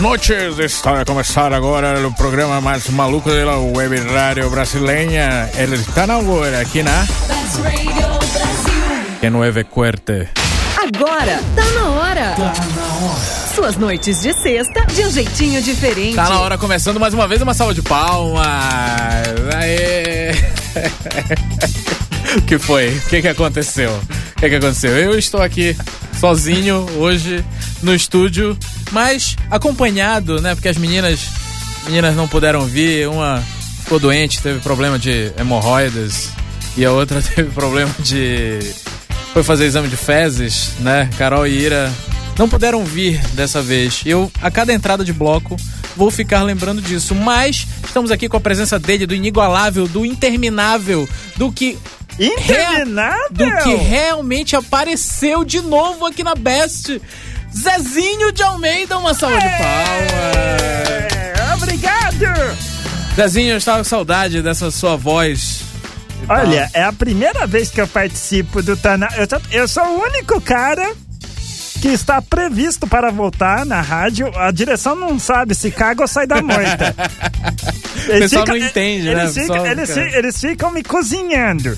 noches. Está a começar agora o programa mais maluco da web rádio brasileira. Ele está agora aqui na Que não é Cuerte. Agora tá na hora. Suas noites de sexta de um jeitinho diferente. Tá na hora começando mais uma vez uma salva de palmas. Aê! O que foi? O que, que aconteceu? O que, que aconteceu? Eu estou aqui sozinho hoje no estúdio, mas acompanhado, né? Porque as meninas, meninas não puderam vir. Uma ficou doente, teve problema de hemorroidas e a outra teve problema de foi fazer exame de fezes, né? Carol e Ira não puderam vir dessa vez. Eu a cada entrada de bloco vou ficar lembrando disso, mas estamos aqui com a presença dele, do inigualável, do interminável, do que Interminável? do que realmente apareceu de novo aqui na Best. Zezinho de Almeida, uma salva de palmas. É, Obrigado! Zezinho, eu estava com saudade dessa sua voz. Olha, é a primeira vez que eu participo do Tana. Eu sou, eu sou o único cara que está previsto para voltar na rádio. A direção não sabe se caga ou sai da moita. O pessoal não entende, né? eles O pessoal Ficam, eles, fica- fi- eles ficam me cozinhando.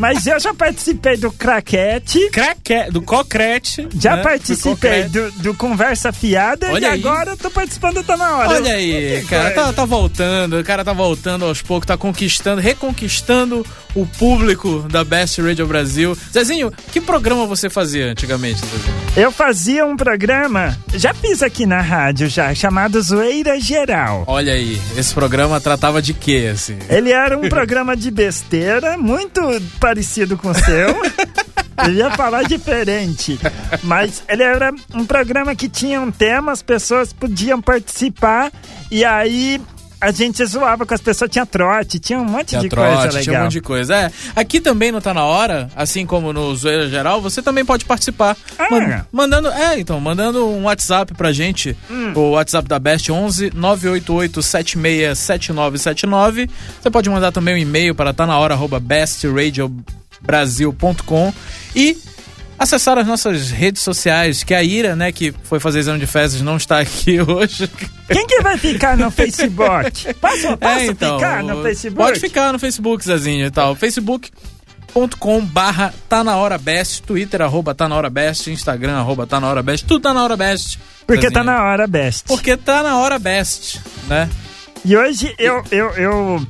Mas eu já participei do craquete. Craque, do Cocrete. Já né? participei Do Cocrete. do, do Conversa Fiada e Olha aí. agora eu tô participando do Tá Na Hora. Olha aí, Que cara, coisa. tá, tá voltando, o cara tá voltando aos poucos, tá conquistando, reconquistando o público da Best Radio Brasil. Zezinho, que programa você fazia antigamente, Zezinho? Eu fazia um programa, já fiz aqui na rádio já, chamado Zoeira Geral. Olha aí, esse programa tratava de quê, assim? Ele era um programa de besteira, muito parecido com o seu. Eu ia falar diferente. Mas ele era um programa que tinha um tema, as pessoas podiam participar. E aí a gente zoava com as pessoas, tinha trote, tinha um monte Tinha de coisa trote, legal. tinha um monte de coisa. É, aqui também não tá na hora, assim como no Zoeira Geral, você também pode participar. Ah. mandando, é, então, mandando um WhatsApp pra gente. O WhatsApp da Best 11 988 767979. Você pode mandar também um e-mail para tá na hora arroba bestradiobrasil.com e acessar as nossas redes sociais, que a Ira, né, que foi fazer exame de fezes, não está aqui hoje. Quem que vai ficar no Facebook? Posso, posso É, então, ficar o- no Facebook? Pode ficar no Facebook, Zezinho e tal. Facebook.com barra tá na hora best, Twitter arroba tá na hora best, Instagram arroba tá na hora best, tudo tá na hora best. Porque tá Zezinho. na hora, best. Porque tá na hora best, né? E hoje eu, eu, eu,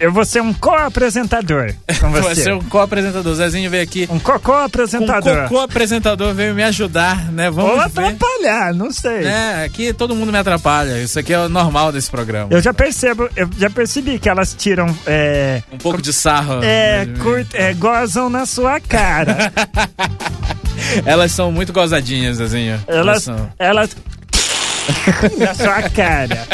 eu vou ser um co-apresentador com Você. você. Vai ser um co-apresentador. Zezinho veio aqui. Um cocô-apresentador. Um co-apresentador veio me ajudar, né? Ou Vamos ver. atrapalhar, não sei. É, aqui todo mundo me atrapalha. Isso aqui é o normal desse programa. Eu já percebo, eu já percebi que elas tiram. É, Um pouco de sarro. né, é, de mim. curt, é, gozam na sua cara. Elas são muito gozadinhas, Zezinho. Elas. são. elas na sua cara.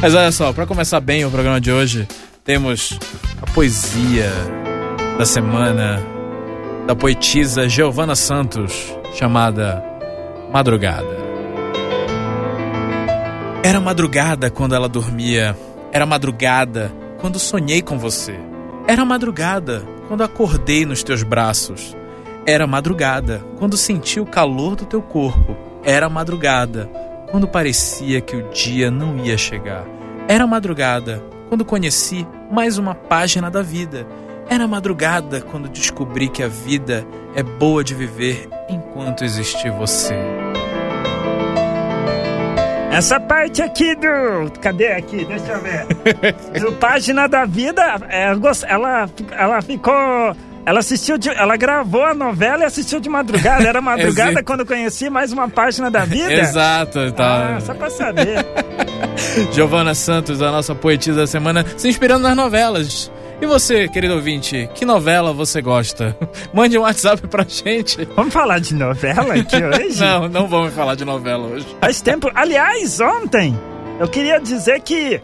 Mas olha só, pra começar bem o programa de hoje, temos a poesia da semana da poetisa Giovana Santos, chamada Madrugada. Era madrugada quando ela dormia, era madrugada quando sonhei com você, era madrugada quando acordei nos teus braços, era madrugada quando senti o calor do teu corpo, era madrugada quando parecia que o dia não ia chegar. Era madrugada quando conheci mais uma página da vida. Era madrugada quando descobri que a vida é boa de viver enquanto existir você. Essa parte aqui do. Cadê aqui? Deixa eu ver. Do Página da Vida, é, eu gost- ela, ela ficou. Ela assistiu de, Ela gravou a novela e assistiu de madrugada. Era madrugada Exi- quando conheci mais uma página da vida. Exato, tá. Ah, é? só pra saber. Giovana Santos, a nossa poetisa da semana, se inspirando nas novelas. E você, querido ouvinte, que novela você gosta? Mande um WhatsApp pra gente. Vamos falar de novela aqui hoje? Não, não vamos falar de novela hoje. Faz tempo. Aliás, ontem, eu queria dizer que.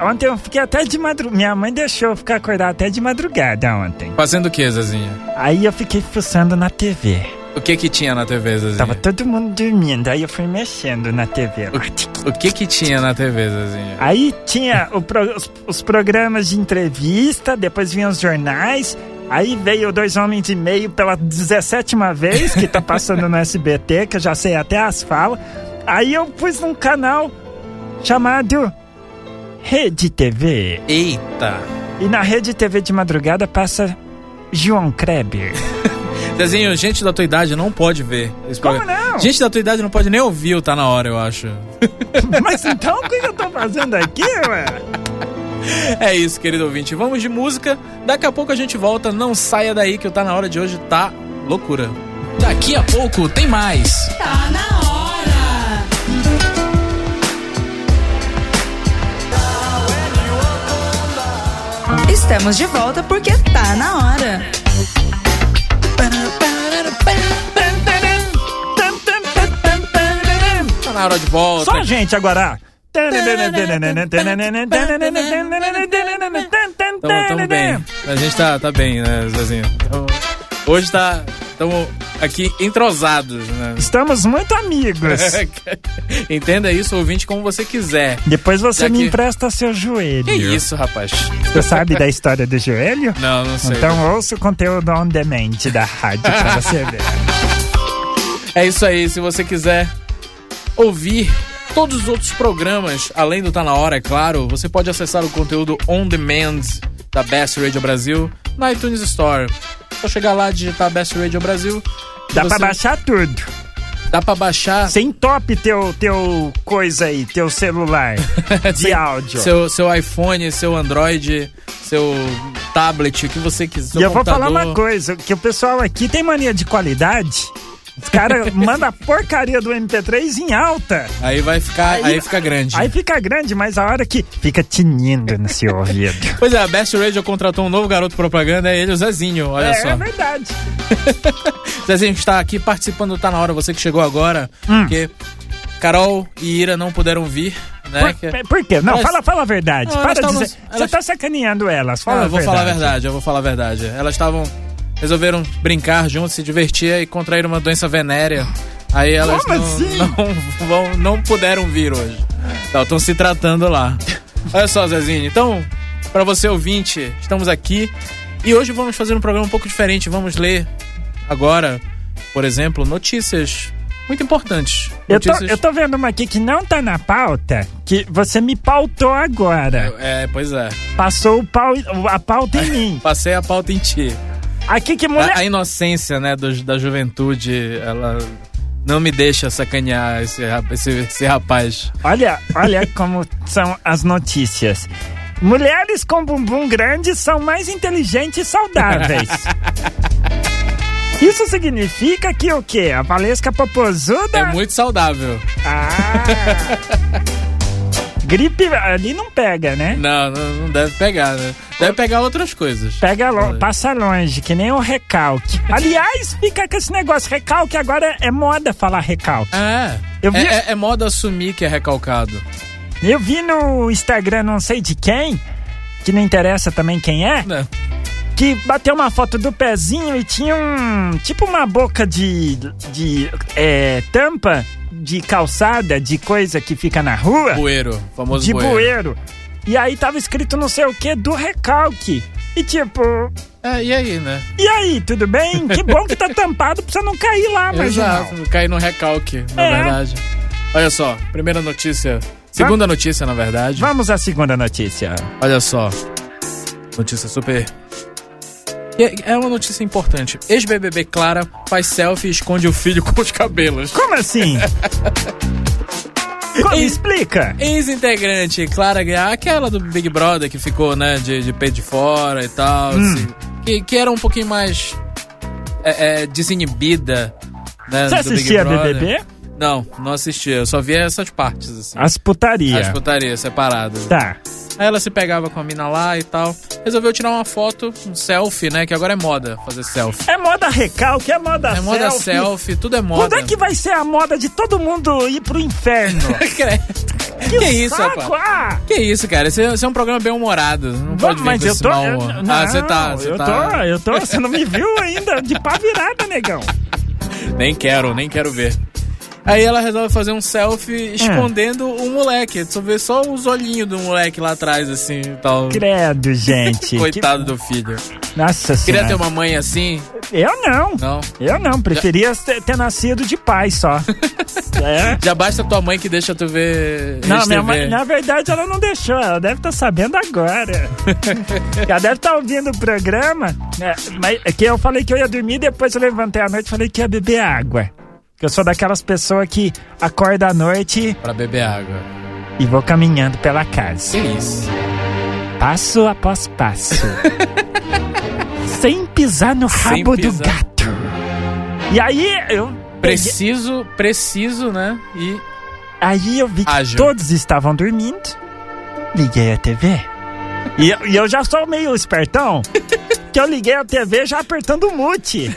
Ontem eu fiquei até de madrugada. Minha mãe deixou eu ficar acordado até de madrugada ontem. Fazendo o que, Zezinha? Aí eu fiquei fuçando na TV. O que que tinha na TV, Zezinha? Tava todo mundo dormindo, aí eu fui mexendo na TV. O que que tinha na TV, Zezinho? Aí tinha o pro- os, os programas de entrevista, depois vinham os jornais. Aí veio Dois Homens e Meio pela 17 vez, que tá passando no SBT, que eu já sei até as falas. Aí eu pus num canal chamado Rede TV. Eita. E na Rede TV de madrugada passa João Kreber. Zezinho, gente da tua idade não pode ver esse Como programa. não? Gente da tua idade não pode nem ouvir o Tá Na Hora, eu acho. Mas então o que eu tô fazendo aqui, ué? É isso, querido ouvinte. Vamos de música. Daqui a pouco a gente volta. Não saia daí que o Tá Na Hora de hoje tá loucura. Daqui a pouco tem mais. Tá na hora! Estamos de volta porque tá na hora. Tá na hora de volta. Só a gente agora. Tamo, tamo bem. A gente tá, tá bem, né, Zezinho? Tamo- hoje tá. Estamos aqui entrosados, né? Estamos muito amigos. É. Entenda isso, ouvinte, como você quiser. Depois você Já que- me empresta seu joelho. Que isso, rapaz? Você sabe da história do joelho? Não, não sei. Então ouça o conteúdo on demand da rádio pra você ver. É isso aí, se você quiser ouvir todos os outros programas, além do Tá Na Hora, é claro, você pode acessar o conteúdo on demand da Best Radio Brasil na iTunes Store. Só chegar lá, digitar Best Radio Brasil. e Dá você- pra baixar tudo. Dá pra baixar Sem top teu, teu coisa aí, teu celular de Sem- áudio. seu, seu iPhone, seu Android, seu tablet, o que você quiser. seu E eu vou falar computador. uma coisa, que o pessoal aqui tem mania de qualidade. Os caras mandam a porcaria do MP3 em alta. Aí vai ficar, aí, Aí- fica grande. Aí fica grande, mas a hora que fica tinindo no seu ouvido. Pois é, a Best Radio contratou um novo garoto propaganda, é ele, o Zezinho, olha é, só. é verdade. Zezinho está aqui participando, do tá na hora, você que chegou agora, Hum. porque Carol e Ira não puderam vir, né? Por, é, Que- por quê? Não, Elas- fala, fala a verdade. Não, elas Para de estavam- dizer. Você elas- tá sacaneando elas. Fala Ah, a eu vou verdade. falar a verdade, eu vou falar a verdade. Elas estavam. Resolveram brincar juntos, se divertir e contrair uma doença venérea. Aí elas Como não, assim? não, vão- não puderam vir hoje. Então, estão se tratando lá. Olha só, Zezinho. Então, pra você ouvinte, estamos aqui. E hoje vamos fazer um programa um pouco diferente. Vamos ler agora, por exemplo, notícias muito importantes. Eu tô, Notícias- eu tô vendo uma aqui que não tá na pauta, que você me pautou agora. É, pois é. Passou o pau, a pauta em mim. Passei a pauta em ti. Aqui que mulher. A, a inocência, né, do- da juventude, ela não me deixa sacanear esse, ra- esse, esse rapaz. Olha, olha como são as notícias. Mulheres com bumbum grande são mais inteligentes e saudáveis. Isso significa que o quê? A Valesca Popozuda? É muito saudável. Ah! Gripe ali não pega, né? Não, não, não deve pegar, né? Deve pegar outras coisas. Pega lo- passa longe, que nem o recalque. Aliás, fica com esse negócio. Recalque agora é moda falar recalque. É. Eu vi- É, é- é moda assumir que é recalcado. Eu vi no Instagram, não sei de quem, que não interessa também quem é, né? que bateu uma foto do pezinho e tinha um. tipo uma boca de. de. é, tampa de calçada, de coisa que fica na rua, Bueiro, famoso de bueiro. bueiro. E aí tava escrito não sei o que do recalque. E tipo, É, e aí, né? e aí, tudo bem? Que bom que tá tampado pra você não cair lá, marginal. Exato, cair no recalque, na É. verdade. Olha só, primeira notícia. Segunda notícia, na verdade. Vamos à segunda notícia. Olha só. Notícia super. E É é uma notícia importante. Ex-BBB Clara faz selfie e esconde o filho com os cabelos. Como assim? Como Ei. explica? Ex-integrante Clara Guiar, aquela do Big Brother que ficou, né, de, de peito de fora e tal, Hum. assim, que, que era um pouquinho mais é, é, desinibida, né, Você do Big assistia Brother. BBB? Não, não assistia. Eu só via essas partes, assim. As putaria. As né. putarias separadas. Tá. Aí ela se pegava com a mina lá e tal. Resolveu tirar uma foto, um selfie, né? Que agora é moda fazer selfie. É moda recalque, é moda É selfie. moda selfie, tudo é moda. Quando é que vai ser a moda de todo mundo ir pro inferno? que isso, saco? rapaz? Ah, Que isso, cara? Esse, esse é um programa bem humorado. Não pode vir mas com eu esse tô. mau eu- humor. não, ah, você tá, você eu tá. tô, eu tô. Você não me viu ainda de pá virada, negão. Nem quero, nem quero ver. Aí ela resolve fazer um É. selfie escondendo o moleque. Só vê só os olhinhos do moleque lá atrás, assim e tal. Credo, gente. Coitado do filho. Que- Nossa Queria senhora. ter uma mãe assim? Eu não. Não. Eu não, preferia ter, ter nascido de pai só. É. Já basta tua mãe que deixa tu ver. Não, Rede minha TV. mãe, na verdade, ela não deixou. Ela deve estar sabendo agora. ela deve estar ouvindo o programa. né? mas é que eu falei que eu ia dormir, depois eu levantei à noite e falei que ia beber água. Que eu sou daquelas pessoas que acorda à noite Pra beber água. e vou caminhando pela Que casa. isso? Passo após passo. sem pisar no rabo do pisar. gato. E aí eu. peguei- Preciso, preciso, né? E. Aí eu vi que Ágil. todos estavam dormindo. Liguei a TV. E eu, e eu já sou meio espertão, que eu liguei a TV já apertando o mute.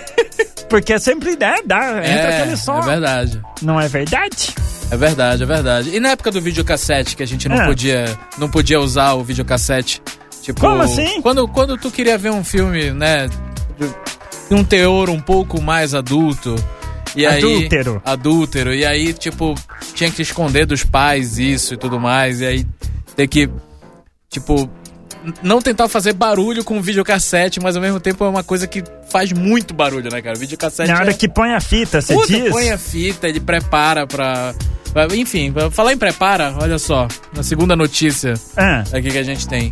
Porque sempre, né, dá, entra aquele som. é verdade. Não é verdade? É verdade, é verdade. E na época do videocassete que a gente não É. podia, não podia usar o videocassete, tipo, Como assim? quando quando tu queria ver um filme, né, de um teor um pouco mais adulto, e aí- Adúltero. adúltero, e aí tipo tinha que esconder dos pais isso e tudo mais, e aí ter que tipo n- não tentar fazer barulho com o videocassete, mas ao mesmo tempo é uma coisa que faz muito barulho, né, cara? O videocassete Na é- hora que põe a fita, você Puta, diz. põe a fita, ele prepara pra. pra- Enfim, pra falar em prepara, olha só, na segunda notícia Ah, aqui que a gente tem.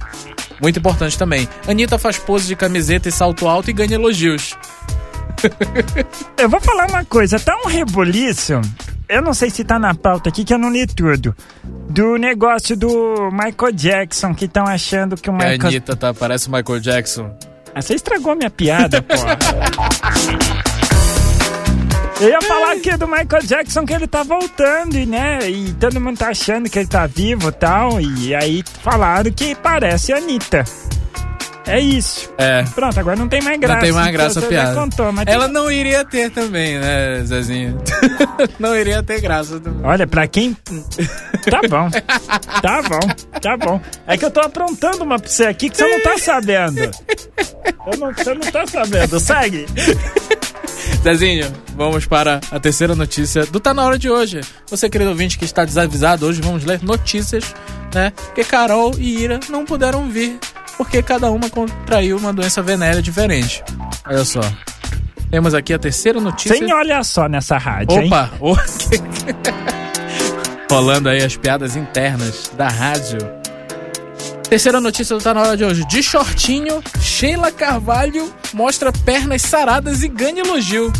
Muito importante também. Anitta faz pose de camiseta e salto alto e ganha elogios. eu vou falar uma coisa, tá um rebuliço. Eu não sei se tá na pauta aqui, que eu não li tudo. Do negócio do Michael Jackson, que estão achando que o A Michael Anitta tá, parece o Michael Jackson. Ah, você estragou minha piada, pô. Eu ia falar aqui do Michael Jackson que ele tá voltando, e, né? E todo mundo tá achando que ele tá vivo e tal. E aí falaram que parece a Anitta. É isso. É. Pronto, agora não tem mais graça. não tem mais Então, graça a você piada. Já contou, mas Ela tem- não iria ter também, né, Zezinho? não iria ter graça também. Olha, pra quem. Tá bom. Tá bom. Tá bom. É que eu tô aprontando uma pra você aqui que você não tá sabendo. Eu não- você não tá sabendo. Segue. Zezinho, vamos para a terceira notícia do Tá Na Hora de hoje. Você, querido ouvinte que está desavisado, hoje vamos ler notícias, né? Que Carol e Ira não puderam vir, porque cada uma contraiu uma doença venérea diferente. Olha só. Temos aqui a terceira notícia. Sem olhar só nessa rádio, hein? Opa! o- Rolando aí as piadas internas da rádio. Terceira notícia do Tá Na Hora de hoje. De shortinho, Sheila Carvalho mostra pernas saradas e ganha elogio.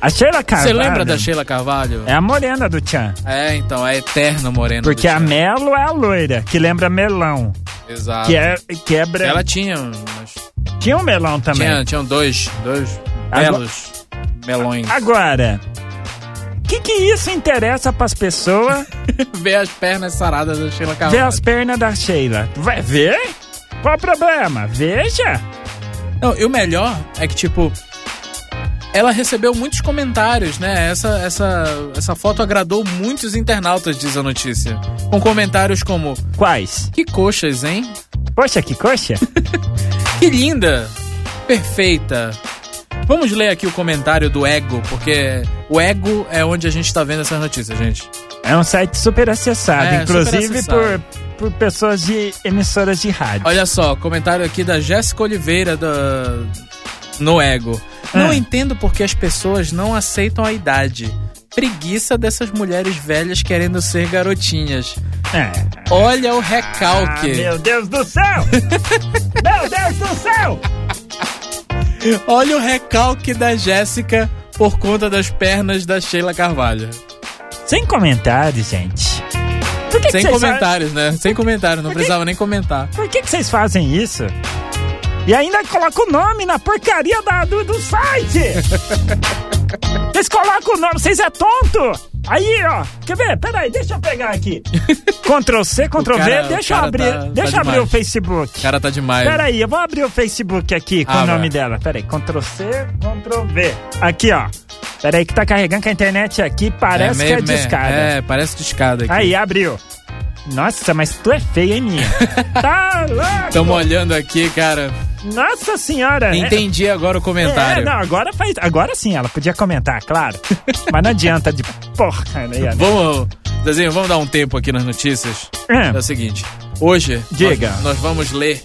A Sheila Carvalho. Você lembra da Sheila Carvalho? É a morena do Tchan. É, então, é eterna morena. Porque do a Tchan. Melo é a loira, que lembra melão. Exato. Que é, que é branca. Ela tinha, um, umas- Tinha um melão também. tinha, tinham dois, dois Agora- belos melões. Agora, o que, que isso interessa pras pessoas Ver as pernas saradas da Sheila ver Carvalho. as pernas da Sheila? Vai ver? Qual o problema? Veja. Não, e o melhor é que, tipo, ela recebeu muitos comentários, né? Essa, essa, essa foto agradou muitos internautas, diz a notícia. Com comentários como: Quais? Que coxas, hein? Poxa, que coxa. Que linda! Perfeita! Vamos ler aqui o comentário do Ego, porque o Ego é onde a gente tá vendo essas notícias, gente. É um site super acessado, É, inclusive super acessado. Por, por pessoas de emissoras de rádio. Olha só, comentário aqui da Jéssica Oliveira da... no Ego. Não Ah. entendo por que as pessoas não aceitam a idade. Preguiça dessas mulheres velhas querendo ser garotinhas. É. Olha o Ah, recalque. meu Deus do céu! meu Deus do céu! Olha o recalque da Jéssica por conta das pernas da Sheila Carvalho. Sem comentários, gente. Por que, que Sem vocês comentários, né? Sem comentário, não precisava nem comentar. fa- Por que, que vocês fazem isso? E ainda coloca o nome na porcaria da- do, do site! vocês colocam o nome, vocês é tonto! Aí, ó, quer ver? Peraí, deixa eu pegar aqui. Ctrl C, Ctrl cara- V, o deixa eu cara abrir, tá- tá deixa eu abrir demais. o Facebook. O cara tá demais. Peraí, eu vou abrir o Facebook aqui com Ah, o nome vai. dela. Peraí, Ctrl C, Ctrl V. Aqui, ó. Peraí que tá carregando que a internet aqui parece que é meio- meio- discada. É, parece discada aqui. Aí, abriu. Nossa, mas tu é feia, hein, minha? tá louco! Tamo olhando aqui, cara. Nossa senhora! Entendi agora o É, é, comentário. não, agora faz. Agora sim, ela podia comentar, claro. mas não adianta de porra, né? Vamos, Zezinho, vamos dar um tempo aqui nas Hum, notícias. É o seguinte, hoje Diga. Nós, nós vamos ler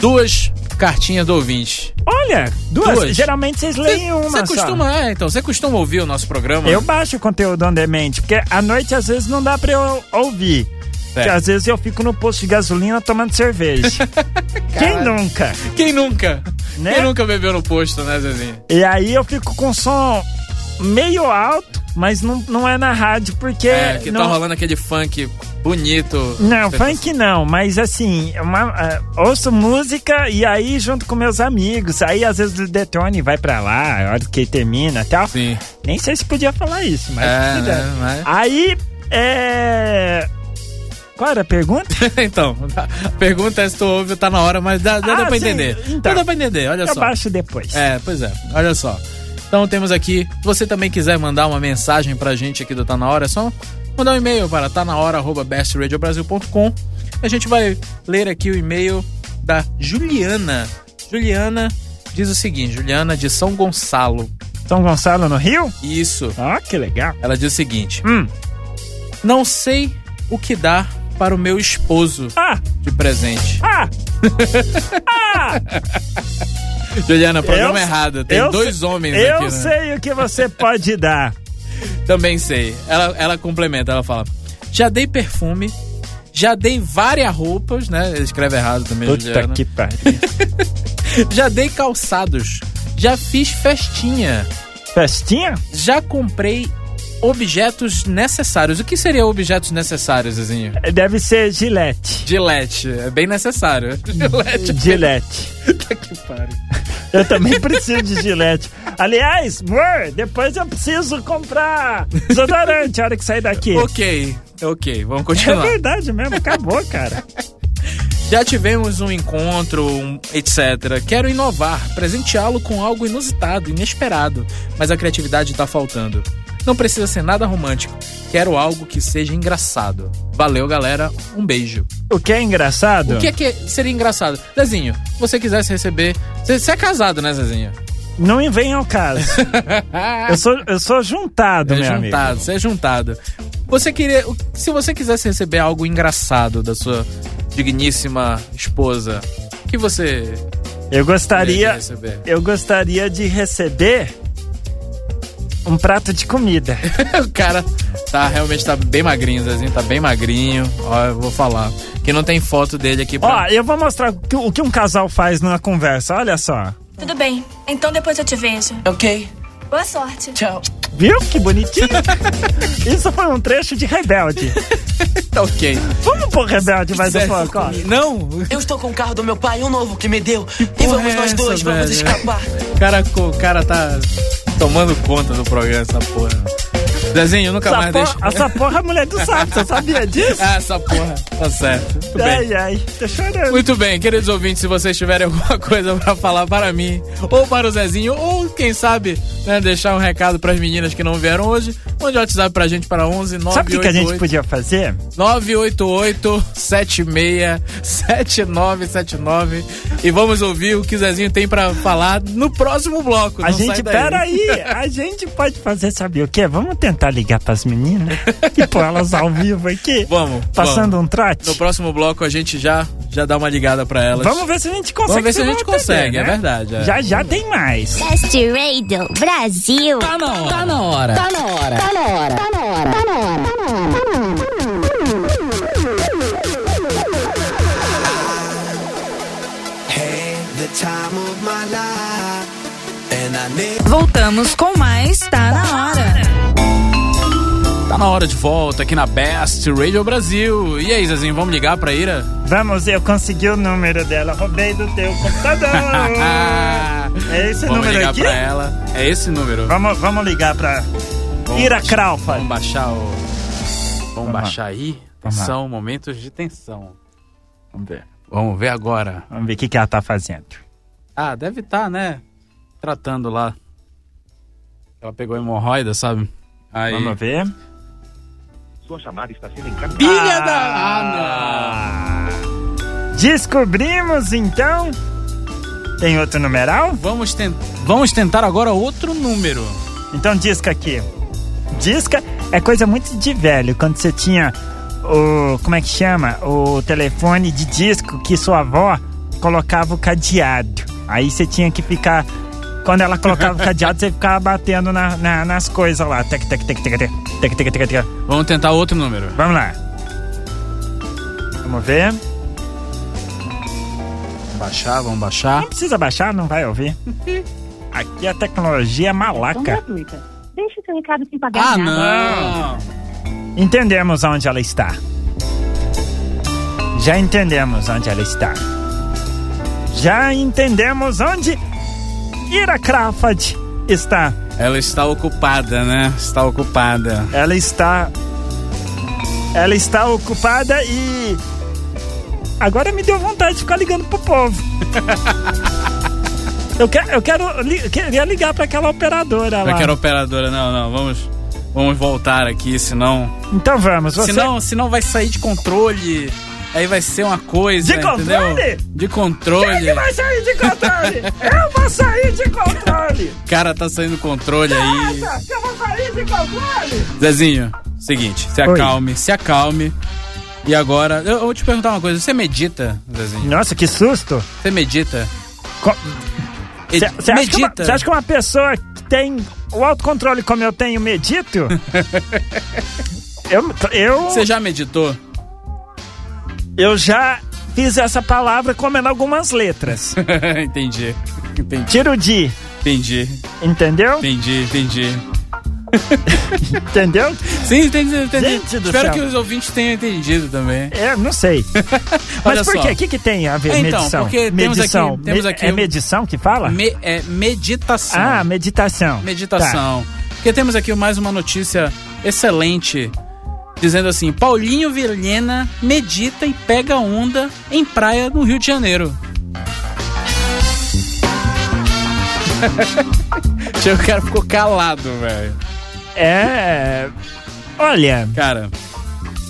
duas cartinhas do ouvinte. Olha, duas. Duas. Geralmente vocês leem uma Você só. costuma, é, então, você costuma ouvir o nosso programa? Eu baixo o conteúdo on demand, porque à noite às vezes não dá pra eu ouvir. Porque às vezes eu fico no posto de gasolina tomando cerveja. Quem Caralho. nunca? Quem nunca? Né? Quem nunca bebeu no posto, né, Zezinho? E aí eu fico com som meio alto, mas não, não é na rádio, porque. É, que não, tá rolando aquele funk bonito. Não, Você- funk não, mas assim, é uma- é, ouço música e aí junto com meus amigos. Aí às vezes o Detone vai pra lá, a hora que termina e tal. Sim. Nem sei se podia falar isso, mas. É, podia. né, mas- Aí, é. Qual era a pergunta? então, a pergunta é se tu ouve, o tá na hora, mas dá, dá, Ah, dá pra sim, entender. então. Dá pra entender, olha só. Eu baixo depois. É, pois é, olha só. Então temos aqui, se você também quiser mandar uma mensagem pra gente aqui do Tá Na Hora, é só mandar um e-mail para tanahora.bestradiobrasil.com A gente vai ler aqui o e-mail da Juliana. Juliana diz o seguinte, Juliana de São Gonçalo. São Gonçalo no Rio? Isso, Ó, que legal. ela diz o seguinte, Hum. não sei o que dar para o meu esposo Ah, de presente. ah! Juliana, programa é Eu- errado, tem eu dois sei- homens Eu aqui. né? sei o que você pode dar. Também sei. Ela, ela complementa, ela fala: já dei perfume, já dei várias roupas, né? Ele Escreve errado também, Puta Juliana. que pariu. Já dei calçados, já fiz festinha, Festinha? já comprei objetos necessários. O que seria objetos necessários, Zezinho? Deve ser gilete. Gilete, é bem necessário. Gilete, Gilete. puta que pariu. Eu também preciso de gilete. Aliás, amor, depois eu preciso comprar desodorante a hora que sair daqui. Ok, ok, vamos É continuar. verdade mesmo, acabou, cara. Já tivemos um encontro, um etc. Quero inovar, presenteá-lo com algo inusitado, inesperado, mas a criatividade tá faltando. Não precisa ser nada romântico, quero algo que seja engraçado. Valeu, galera, um beijo. O que é engraçado? O que é que seria engraçado? Zezinho, se você quisesse receber. Você você é casado, né, Zezinho? Não me vem ao caso. Eu sou, eu sou juntado, É meu amigo. juntado, você é juntado. Você queria. o- Se você quisesse receber algo engraçado da sua digníssima esposa, o que você Eu queria gostaria, receber? eu gostaria de receber um prato de comida. É, O cara tá realmente tá bem magrinho, Zezinho, tá bem magrinho. Ó, eu vou falar. Que não tem foto dele aqui Ó, pra. eu vou mostrar o que- o que um casal faz numa conversa. Olha só. Tudo bem, então depois eu te vejo. ok, Boa sorte. tchau. Viu que bonitinho? Isso foi um trecho de Rebelde. Tá ok. Vamos pôr Rebelde mais um Zé, pouco. ó. Não, Eu estou com o carro do meu pai, um novo que me deu. E porra vamos é nós dois, essa, vamos velho? escapar. o cara, co- o cara tá tomando conta do programa, essa porra. Zezinho, nunca Essa mais porra, deixa. essa porra é a mulher do sapo, você sabia disso? Ah, essa porra. Tá certo. Muito bem. Ai, ai, tô chorando. Muito bem, queridos ouvintes, se vocês tiverem alguma coisa pra falar para mim, ou para o Zezinho, ou quem sabe, né, deixar um recado pras meninas que não vieram hoje, mande o WhatsApp pra gente para 11 Sabe o que, que a gente 988 podia fazer? 988 76 7979 e vamos ouvir o que o Zezinho tem pra falar no próximo bloco. A Não sai gente, daí. peraí, a gente pode fazer, sabe o quê? Vamos tentar ligar pras meninas e pôr elas ao vivo aqui. Vamos, Passando um No trote. próximo bloco a gente já já dá uma ligada pra elas. Vamos ver se a gente consegue. Vamos ver se a gente manter, consegue, é né? verdade. é. Já, já tem mais. Best Radio Brasil. Tá na hora. Tá na hora. Tá na hora. Tá na hora. Tá na hora. Tá na hora. Tá Voltamos com mais Tá na Hora. Tá na hora de volta aqui na Best Radio Brasil. E aí, Zezinho, vamos ligar pra Ira? Vamos, eu consegui o número dela. Roubei do teu computador. É esse Ah, vamos número ligar aqui? pra ela. É esse número. Vamos, vamos ligar pra Ira Kraufa. Vamos baixar o. Vamos, lá. baixar aí. Vamos lá. São momentos de tensão. Vamos ver. Vamos ver agora. Vamos ver o que, que ela tá fazendo. Ah, deve estar, né? Tratando lá. Ela pegou hemorroida, sabe? Aí. Vamos ver. Filha da. Ah, Descobrimos então. Tem outro numeral? não. Vamos, ten... vamos tentar agora outro número. Então disca aqui. Disca é coisa muito de velho. Quando você tinha o. Como é que chama? O telefone de disco que sua avó colocava o cadeado. Aí você tinha que ficar. Quando ela colocava o cadeado, você ficava batendo na- na- nas coisas lá. Tec, tec, tec, tec, tec, tec, tec, tec, tec. Vamos tentar outro número. Vamos lá. Vamos ver. Baixar, vamos baixar. Não precisa baixar, não vai ouvir. Aqui a tecnologia é malaca. gratuita. Deixe seu recado sem pagar Ah, nada. não! Entendemos onde ela está. Já entendemos onde ela está. Já entendemos onde Ira Crawford está. Ela está ocupada, né? Está ocupada. Ela está. Ela está ocupada e. Agora me deu vontade de ficar ligando pro povo. eu, que, eu quero, li- queria ligar pra aquela operadora lá. Pra é que era operadora, não, não, vamos. Vamos voltar aqui, senão. Então vamos, você. Senão, senão vai sair de controle. Aí vai ser uma coisa. De entendeu? controle? De Quem controle. que vai sair de controle? eu vou sair de controle! O cara tá saindo do controle aí. Nossa, eu vou sair de controle! Zezinho, seguinte, se Oi. acalme, se acalme. E agora, eu, eu vou te perguntar uma coisa. Você medita, Zezinho? Nossa, que susto! Você medita? Co- Ed- Cê- cê acha, que uma- medita. cê acha que uma pessoa que tem o autocontrole como eu tenho, medito? eu, eu, Você já meditou? eu já fiz essa palavra comendo algumas letras. entendi. Entendi, Tiro de, entendi, entendeu? entendi, entendi. Entendeu? Sim, entendi, entendi. Gente do Espero céu. que os ouvintes tenham entendido também. Eu É, não sei. Olha Mas por só. quê? O que, que tem a ver É, então, medição? porque temos medição. aqui- temos Me- aqui é um- medição que fala? Me- é meditação. Ah, meditação. meditação. Porque temos aqui mais uma notícia excelente. Dizendo assim, Paulinho Vilhena medita e pega onda em praia no Rio de Janeiro. Chega, o cara ficou calado, velho. Tá. É. Olha, Cara,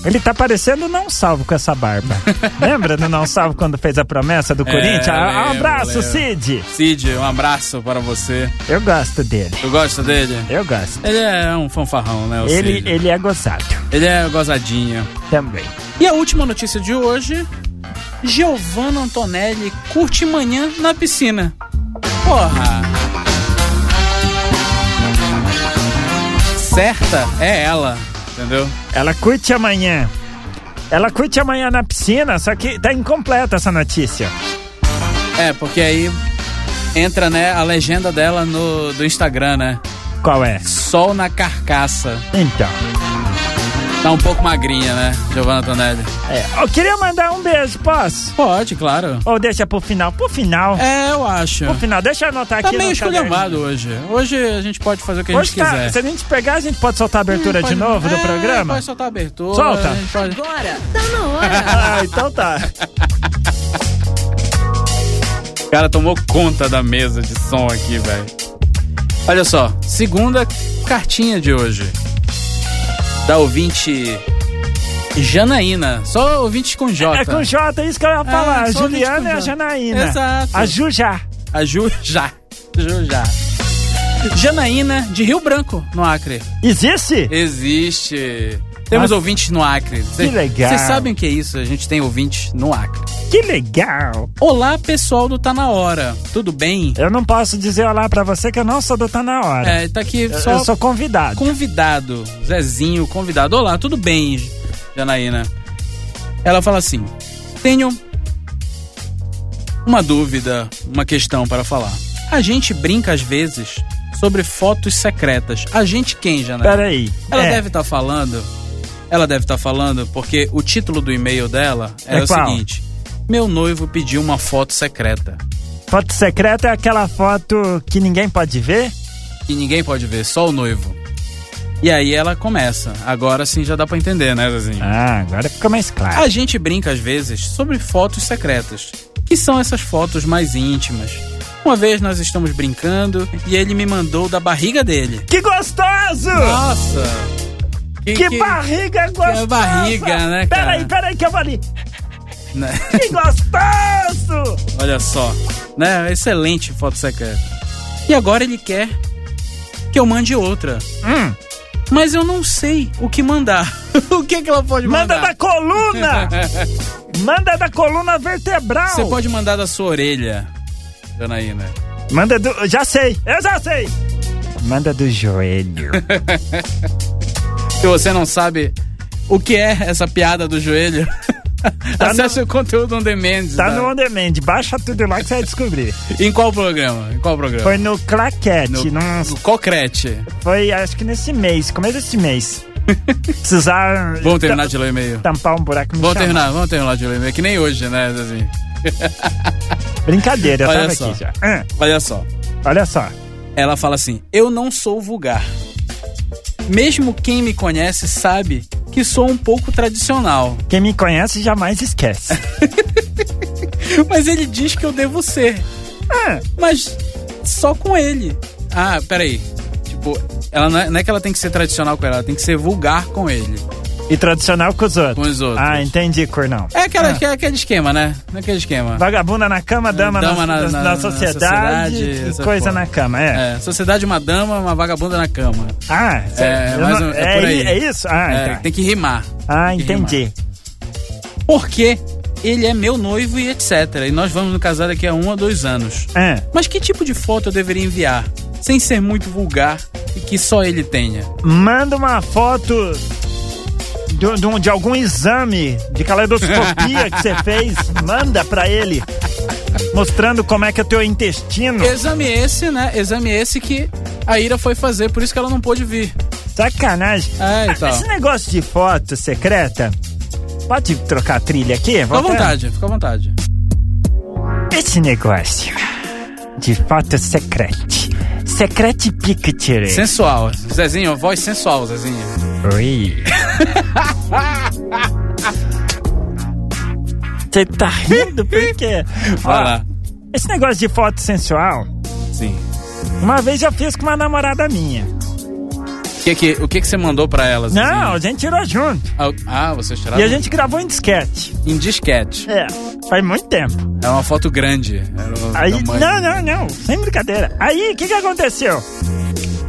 ele tá parecendo o não salvo com essa barba. Lembra do não salvo quando fez a promessa do Corinthians? Ah, É, lembro, um abraço, lembro. Cid! Cid, um abraço para você. Eu gosto dele. Tu gosta dele? Eu gosto. Ele é um fanfarrão, né? o Ele, Cid? ele é gozado ele é gozadinho. também. E a última notícia de hoje: Giovanna Antonelli curte manhã na piscina. Porra! Certa é ela, entendeu? Ela curte amanhã. Ela curte amanhã na piscina, só que tá incompleta essa notícia. É, porque aí entra, né, a legenda dela no do Instagram, né? Qual é? Sol na carcaça. Então. Tá um pouco magrinha, né, Giovanna Antonelli? é, eu queria mandar um beijo, posso? Pode, claro. Ou deixa pro final? Pro final. É, eu acho. Pro final, deixa eu anotar Tá aqui. meio no caderno. esculhambado hoje. Hoje a gente pode fazer o que a Hoje gente tá- quiser. se a gente pegar, a gente pode soltar a abertura de Pode- novo do é, programa? Pode soltar a abertura. Solta. a gente pode- Agora tá na hora. Ah, então tá. O cara tomou conta da mesa de som aqui, velho. Olha só, segunda cartinha de hoje. Da ouvinte Janaína. Só ouvinte com J. É com J, é isso que eu ia falar. só ouvinte a com Juliana e a J. Janaína. Exato. A Jujá. A Ju já. Ju já. Janaína, de Rio Branco, no Acre. Existe? Existe. Temos Nossa. ouvintes no Acre. Cê- Que legal. Vocês sabem o que é isso? A gente tem ouvintes no Acre. Que legal. Olá, pessoal do Tá Na Hora. Tudo bem? Eu não posso dizer olá pra você que eu não sou do Tá Na Hora. É, tá aqui Eu- só Eu sou convidado. convidado. Zezinho, convidado. Olá, tudo bem, Janaína? Ela fala assim: Tenho uma dúvida, uma questão para falar. A gente brinca às vezes sobre fotos secretas. A gente quem, Janaína? Peraí. Ela é, deve estar falando. Ela deve estar falando porque o título do e-mail dela é, É o qual? seguinte: Meu noivo pediu uma foto secreta Foto secreta é aquela foto que ninguém pode ver? que ninguém pode ver, só o noivo. E aí ela começa. Agora sim já dá pra entender, né, Zezinho? Ah, agora fica mais claro. A gente brinca às vezes sobre fotos secretas, que são essas fotos mais íntimas. Uma vez nós estamos brincando e ele me mandou da barriga dele. Que gostoso! Nossa! que, barriga gostosa! é barriga, né, cara? Peraí, peraí que eu vou ali. né? Que gostoso! Olha só, né? Excelente foto secreta. E agora ele quer que eu mande outra. Hum. Mas eu não sei o que mandar. o que, que ela pode Manda mandar? da coluna! Manda da coluna vertebral. Você pode mandar da sua orelha, Janaína. Manda do. Já sei, eu já sei. Manda do joelho. Se você não sabe o que é essa piada do joelho, Tá acesse o conteúndo on demand. Tá da- no On Demand, baixa tudo lá que você vai descobrir. Em qual programa? Em qual programa? Foi no Claquete, num- no Cocrete. foi acho que nesse mês, começo desse mês. Precisaram Vamos terminar tam- de ler o e-mail. tampar um buraco no Vamos terminar, vamos terminar de ler o e-mail. Que nem hoje, né, Zezinho? Brincadeira, eu Olha tava só. aqui já. Ah, Olha só. olha só. Ela fala assim: Eu não sou vulgar. Mesmo quem me conhece sabe que sou um pouco tradicional. Quem me conhece jamais esquece. Mas ele diz que eu devo ser. Ah, Mas só com ele. É. Ah, peraí. Tipo, ela não é, não é que ela tem que ser tradicional com ela, ela tem que ser vulgar com ele. e tradicional com os outros. Com os outros. Ah, entendi, Cornão. É, aquela, é aquele esquema, né? Não é aquele esquema. Vagabunda na cama, dama, Dama na, na- na- na- na na sociedade, sociedade, e essa coisa porra. na cama, é. É, sociedade uma dama, uma vagabunda na cama. Ah, É, eu mais não- um- é por aí. é isso? Ah, É, tá. Tem que rimar. ah tem que entendi. Porque ele é meu noivo e etc. E nós vamos nos casar daqui a um ou dois anos. Ah, Mas que tipo de foto eu deveria enviar? Sem ser muito vulgar e que só ele tenha. manda uma foto do- do- de algum exame de caleidoscopia que você fez. Manda pra ele. Mostrando como é que é o teu intestino. Exame esse, né? Exame esse que a Ira foi fazer, por isso que ela não pôde vir. Sacanagem. É, então. Esse negócio de foto secreta. Pode trocar a trilha aqui? Fica à Voltando? vontade, fica à vontade. Esse negócio de foto secrete. Secrete picture. Sensual. Zezinho, voz sensual, Zezinho. Oi. Você tá rindo por quê? Vai Ó, lá. Esse negócio de foto sensual, Sim. uma vez eu fiz com uma namorada minha. O que, que, o que, que você mandou pra ela, Zezinho? Não, a gente tirou junto. Ah, vocês tiraram E a gente gravou em disquete. em disquete. É, faz muito tempo. É uma foto grande. Era o Aí, tamanho. não, não, não, sem brincadeira. Aí, o que, que aconteceu?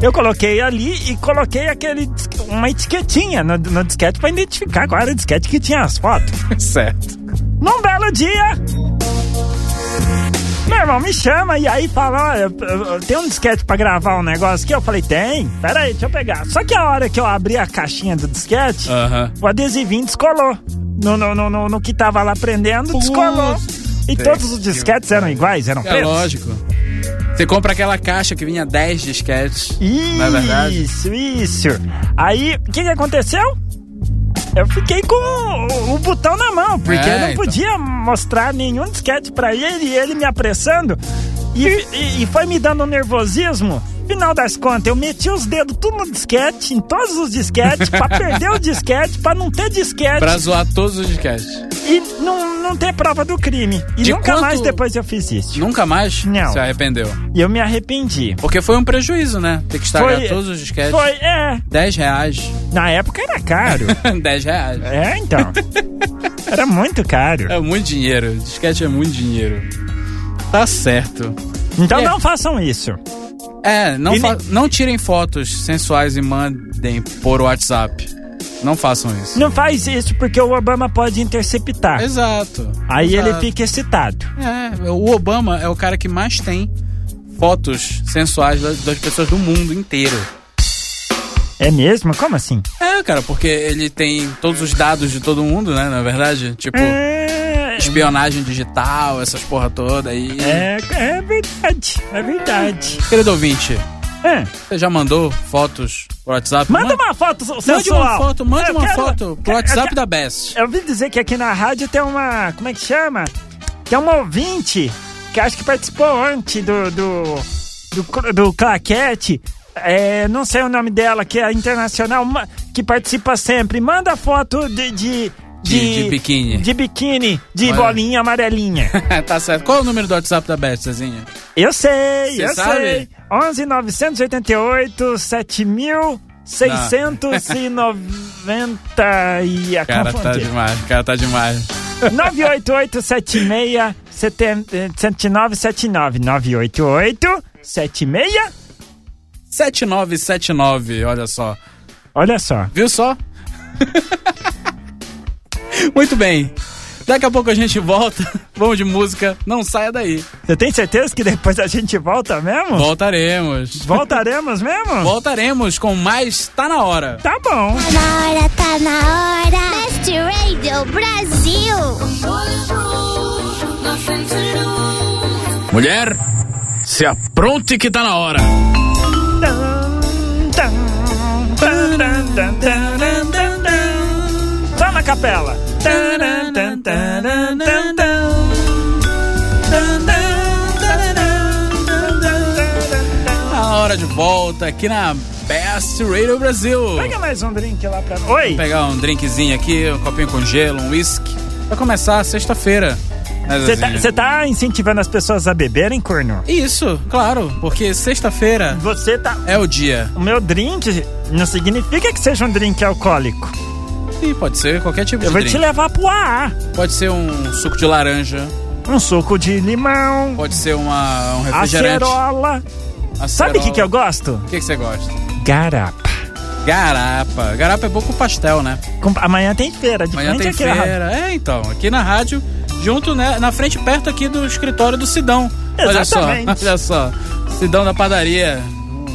Eu coloquei ali e coloquei aquele dis- uma etiquetinha no, no disquete pra identificar qual era o disquete que tinha as fotos. Certo. Num belo dia, meu irmão me chama e aí fala: Olha, eu- eu- tem um disquete pra gravar um negócio aqui? Eu falei: Tem, peraí, deixa eu pegar. Só que a hora que eu abri a caixinha do disquete, Aham. o adesivinho descolou. No, no, no, no, no que tava lá prendendo, descolou. E todos os disquetes eram iguais, eram É pretos. lógico. Você compra aquela caixa que vinha 10 disquetes. Isso, Não é verdade? isso. Aí, o que, que aconteceu? Eu fiquei com o, o botão na mão, porque É, eu não então. podia mostrar nenhum disquete pra ele, e ele me apressando. E, e- e foi me dando um nervosismo. Final das contas, eu meti os dedos tudo no disquete, em todos os disquetes, pra perder o disquete, pra não ter disquete Pra zoar todos os disquetes. e não, não ter prova do crime. E De nunca quanto- mais depois eu fiz isso. Nunca mais Não. se arrependeu. E eu me arrependi. Porque foi um prejuízo, né? Ter que estragar Foi- todos os disquetes. Foi, é. 10 reais. Na época era caro. 10 reais. É, então. Era muito caro. É muito dinheiro. Disquete é muito dinheiro. Tá certo. Então É. não façam isso. É, não, E fa- não tirem fotos sensuais e mandem por WhatsApp. Não façam isso. Não faz isso porque o Obama pode interceptar. Exato. Aí Exato. ele fica excitado. É, o Obama é o cara que mais tem fotos sensuais das, das pessoas do mundo inteiro. É mesmo? Como assim? É, cara, porque ele tem todos os dados de todo mundo, né? Na verdade, tipo, É, espionagem digital, essas porra toda aí. é, é verdade, é verdade. Querido ouvinte, É. você já mandou fotos por WhatsApp? Manda Ma- uma foto sensual. Mande uma foto, mande Eu uma quero- foto pro eu WhatsApp quero- da Bess. Eu ouvi dizer que aqui na rádio tem uma. Como é que chama? Tem uma ouvinte que acho que participou antes do. do. do, cl- do claquete. É, não sei o nome dela, que é internacional, ma- que participa sempre. Manda foto de. de, De- de biquíni. De biquíni, de Olha. bolinha amarelinha. tá certo. Qual é o número do WhatsApp da Beth, Cezinha? Eu sei, Cê eu sabe? sei. 11 988 7690 e a Cara, tá confundi. demais. Cara, tá demais. eh, 988-76-7979. 988-76. 7979, olha só. Olha só. Viu só? Muito bem. Daqui a pouco a gente volta. Vamos de música, não saia daí. Você tem certeza que depois a gente volta mesmo? Voltaremos. Voltaremos mesmo? Voltaremos com mais Tá na hora. Tá bom. Tá na hora, tá na hora. Best Radio Brasil. Mulher, se apronte que tá na hora. Só na capela. Tá A hora de volta aqui na Best Radio Brasil. Pega mais um drink lá pra nós. Oi. Vou pegar um drinkzinho aqui, um copinho com gelo, um whisky. Vai começar sexta-feira. né, Você tá, Zezinho? você tá incentivando as pessoas a beberem, corno? Isso, claro, porque sexta-feira Você tá. é o dia. O meu drink não significa que seja um drink alcoólico. E pode ser qualquer tipo de Eu vou drink. te levar pro AA. Pode ser um suco de laranja, Um suco de limão, pode ser uma, um refrigerante. acerola. Sabe o que, que eu gosto? O que, que você gosta? Garapa. Garapa. Garapa é bom com pastel, né? Com- Amanhã tem feira, de Amanhã frente tem aqui na rádio. feira. É, então, aqui na rádio, junto, né, na frente, perto aqui do escritório do Sidão. Exatamente. Olha só, olha só. Sidão da padaria.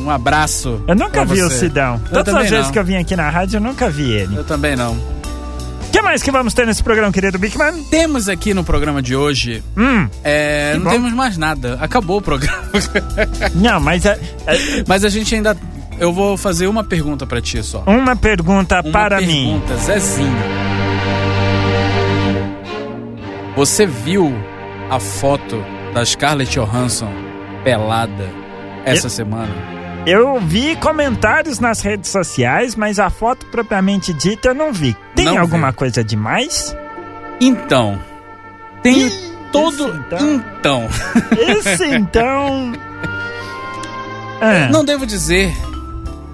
Um abraço. Eu nunca pra vi o você. Sidão. Eu Todas também as vezes não. que eu vim aqui na rádio, eu nunca vi ele. Eu também não. O que mais que vamos ter nesse programa, querido Bigman? Temos aqui no programa de hoje. Hum, é, não bom. temos mais nada. Acabou o programa. não, mas é, é Mas a gente ainda. Eu vou fazer uma pergunta pra ti só. uma pergunta Uma para mim. pergunta, Zezinho. Você viu a foto da Scarlett Johansson pelada essa semana? Eu vi comentários nas redes sociais, mas a foto propriamente dita eu não vi. Tem Não alguma vi. coisa demais? Então, tem todo. esse Então. Esse então. Ah, Não devo dizer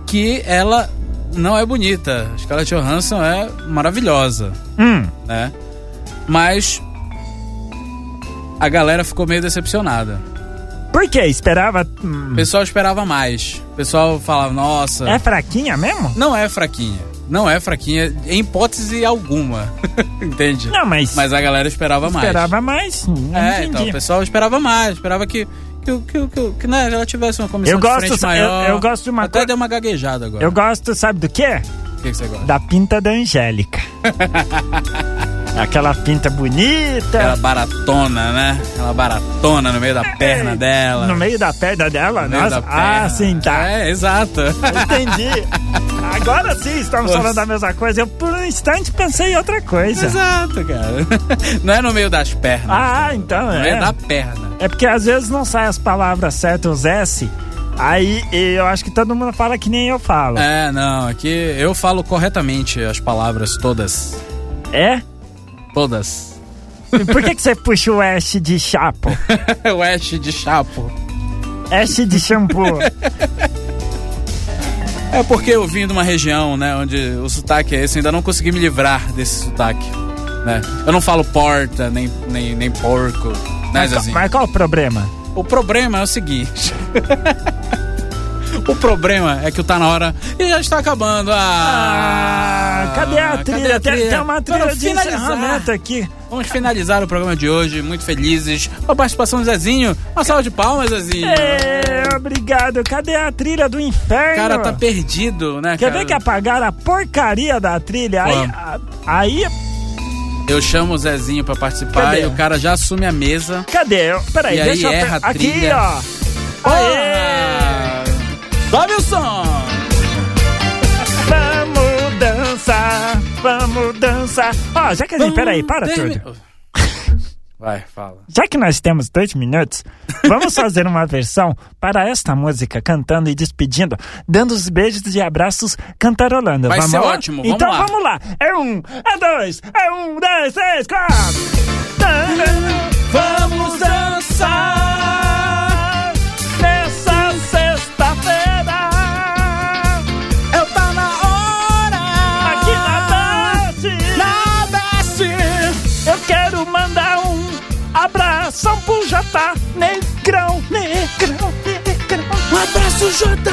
que ela não é bonita. Scarlett Johansson é maravilhosa. hum, né? Mas a galera ficou meio decepcionada. por que? Esperava. hum, O pessoal esperava mais. O pessoal falava, nossa, é fraquinha mesmo? não é fraquinha. Não é fraquinha em hipótese alguma. Entende? Não, mas. Mas a galera esperava mais. Esperava mais? Não É, então, entendi. o pessoal esperava mais, esperava que. Que, que, que, que né, ela tivesse uma comissão Eu de gosto- frente eu- maior. eu gosto de uma Até coi- deu uma gaguejada agora. eu gosto, sabe do quê? O que, que você gosta? da pinta da Angélica. Aquela pinta bonita. Aquela baratona, né? Aquela baratona no meio da perna dela. É, No meio da perna dela? no meio Nossa. da perna. Ah, sim, tá. É, exato. Entendi. Agora sim, estamos Nossa. falando da mesma coisa. Eu, por um instante, pensei em outra coisa. é- Exato, cara. Não é no meio das pernas. Ah, então no é. meio da perna. É porque às vezes não saem as palavras certas, os S. Aí eu acho que todo mundo fala que nem eu falo. É? É, não, aqui eu falo corretamente as palavras todas. Todas. É? E Por que, que você puxa o S de chapo? o Ash de chapo. S de shampoo? É porque eu vim de uma região, né, onde o sotaque é esse, ainda não consegui me livrar desse sotaque. Né? Eu não falo porta, nem, nem, nem porco. Né, Mas, Zezinho? mas qual o problema? O problema é o seguinte. o problema é que o Tá Na Hora e já está acabando. Ah, Ah, cadê a trilha? cadê a Tem, tem uma trilha Vamos de finalizar. encerramento aqui. Vamos finalizar o programa de hoje, muito felizes. Com a participação do Zezinho. Uma salva de palmas, Zezinho. Ê, É, obrigado. Cadê a trilha do O inferno? cara tá perdido, né, Quer cara? ver que apagaram a porcaria da trilha? Aí, Vamos. a- aí, Eu chamo o Zezinho pra participar Cadê? e o cara já assume a mesa. cadê? Peraí, E aí deixa eu... erra pe- a Aqui, trilha. ó. Aê! Ah, Sobe o som! Vamos dançar, vamos dançar. Ó, já que... Peraí, para Termi- tudo. Vai, fala. Já que nós temos dois minutos, vamos fazer uma versão para esta música, cantando e despedindo, dando os beijos e abraços, cantarolando. Vai vamos ser lá? ótimo, vamos então lá. vamos lá. É um, é dois, é um, dois, três, quatro. Vamos dançar! Nessa sexta-feira, Eu tá na hora! aqui na tarde, Na Best! eu quero mandar um abração pro Jatá, negrão, negrão, negrão. Um abraço, Jota!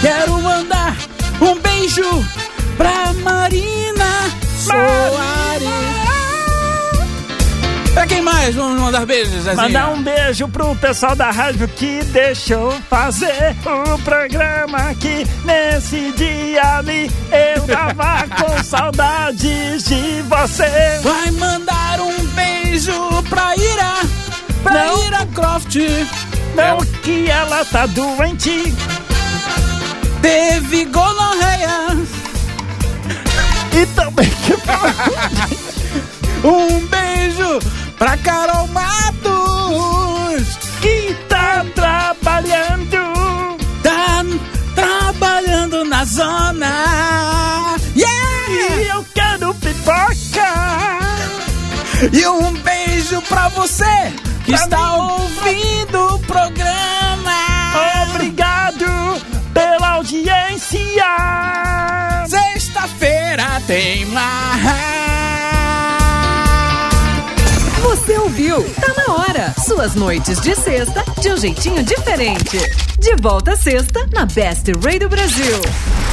Quero mandar um beijo pra Marina Soares! Quem mais? Vamos mandar beijos, Zezinho. Mandar um beijo pro pessoal da rádio que deixou fazer o programa que nesse dia ali eu tava com saudades de você. Vai mandar um beijo pra Ira. Pra Não. Ira Croft. Não que ela tá doente. Teve gonorreia. E também que Um beijo pra Carol Matos. que tá trabalhando. Tá trabalhando na zona. Yeah! E eu quero pipoca. E um beijo pra você que Pra está mim. ouvindo o programa. Obrigado pela audiência. Sexta-feira tem mais. Você ouviu? Tá na hora. Suas noites de sexta de um jeitinho diferente. De volta sexta na Best Ray do Brasil.